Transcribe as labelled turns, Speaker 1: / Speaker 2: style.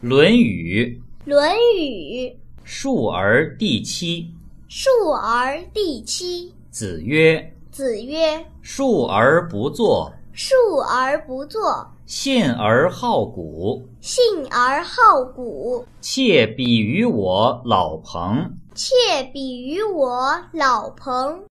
Speaker 1: 《论语
Speaker 2: 《论语
Speaker 1: ·述而第七》：“
Speaker 2: 述而第七。
Speaker 1: 子曰”
Speaker 2: 子曰：“
Speaker 1: 述而不作，：“
Speaker 2: 述而不作，
Speaker 1: 信而好古。
Speaker 2: 信而好古，
Speaker 1: 窃比于我老朋。”
Speaker 2: 窃比于我老朋。”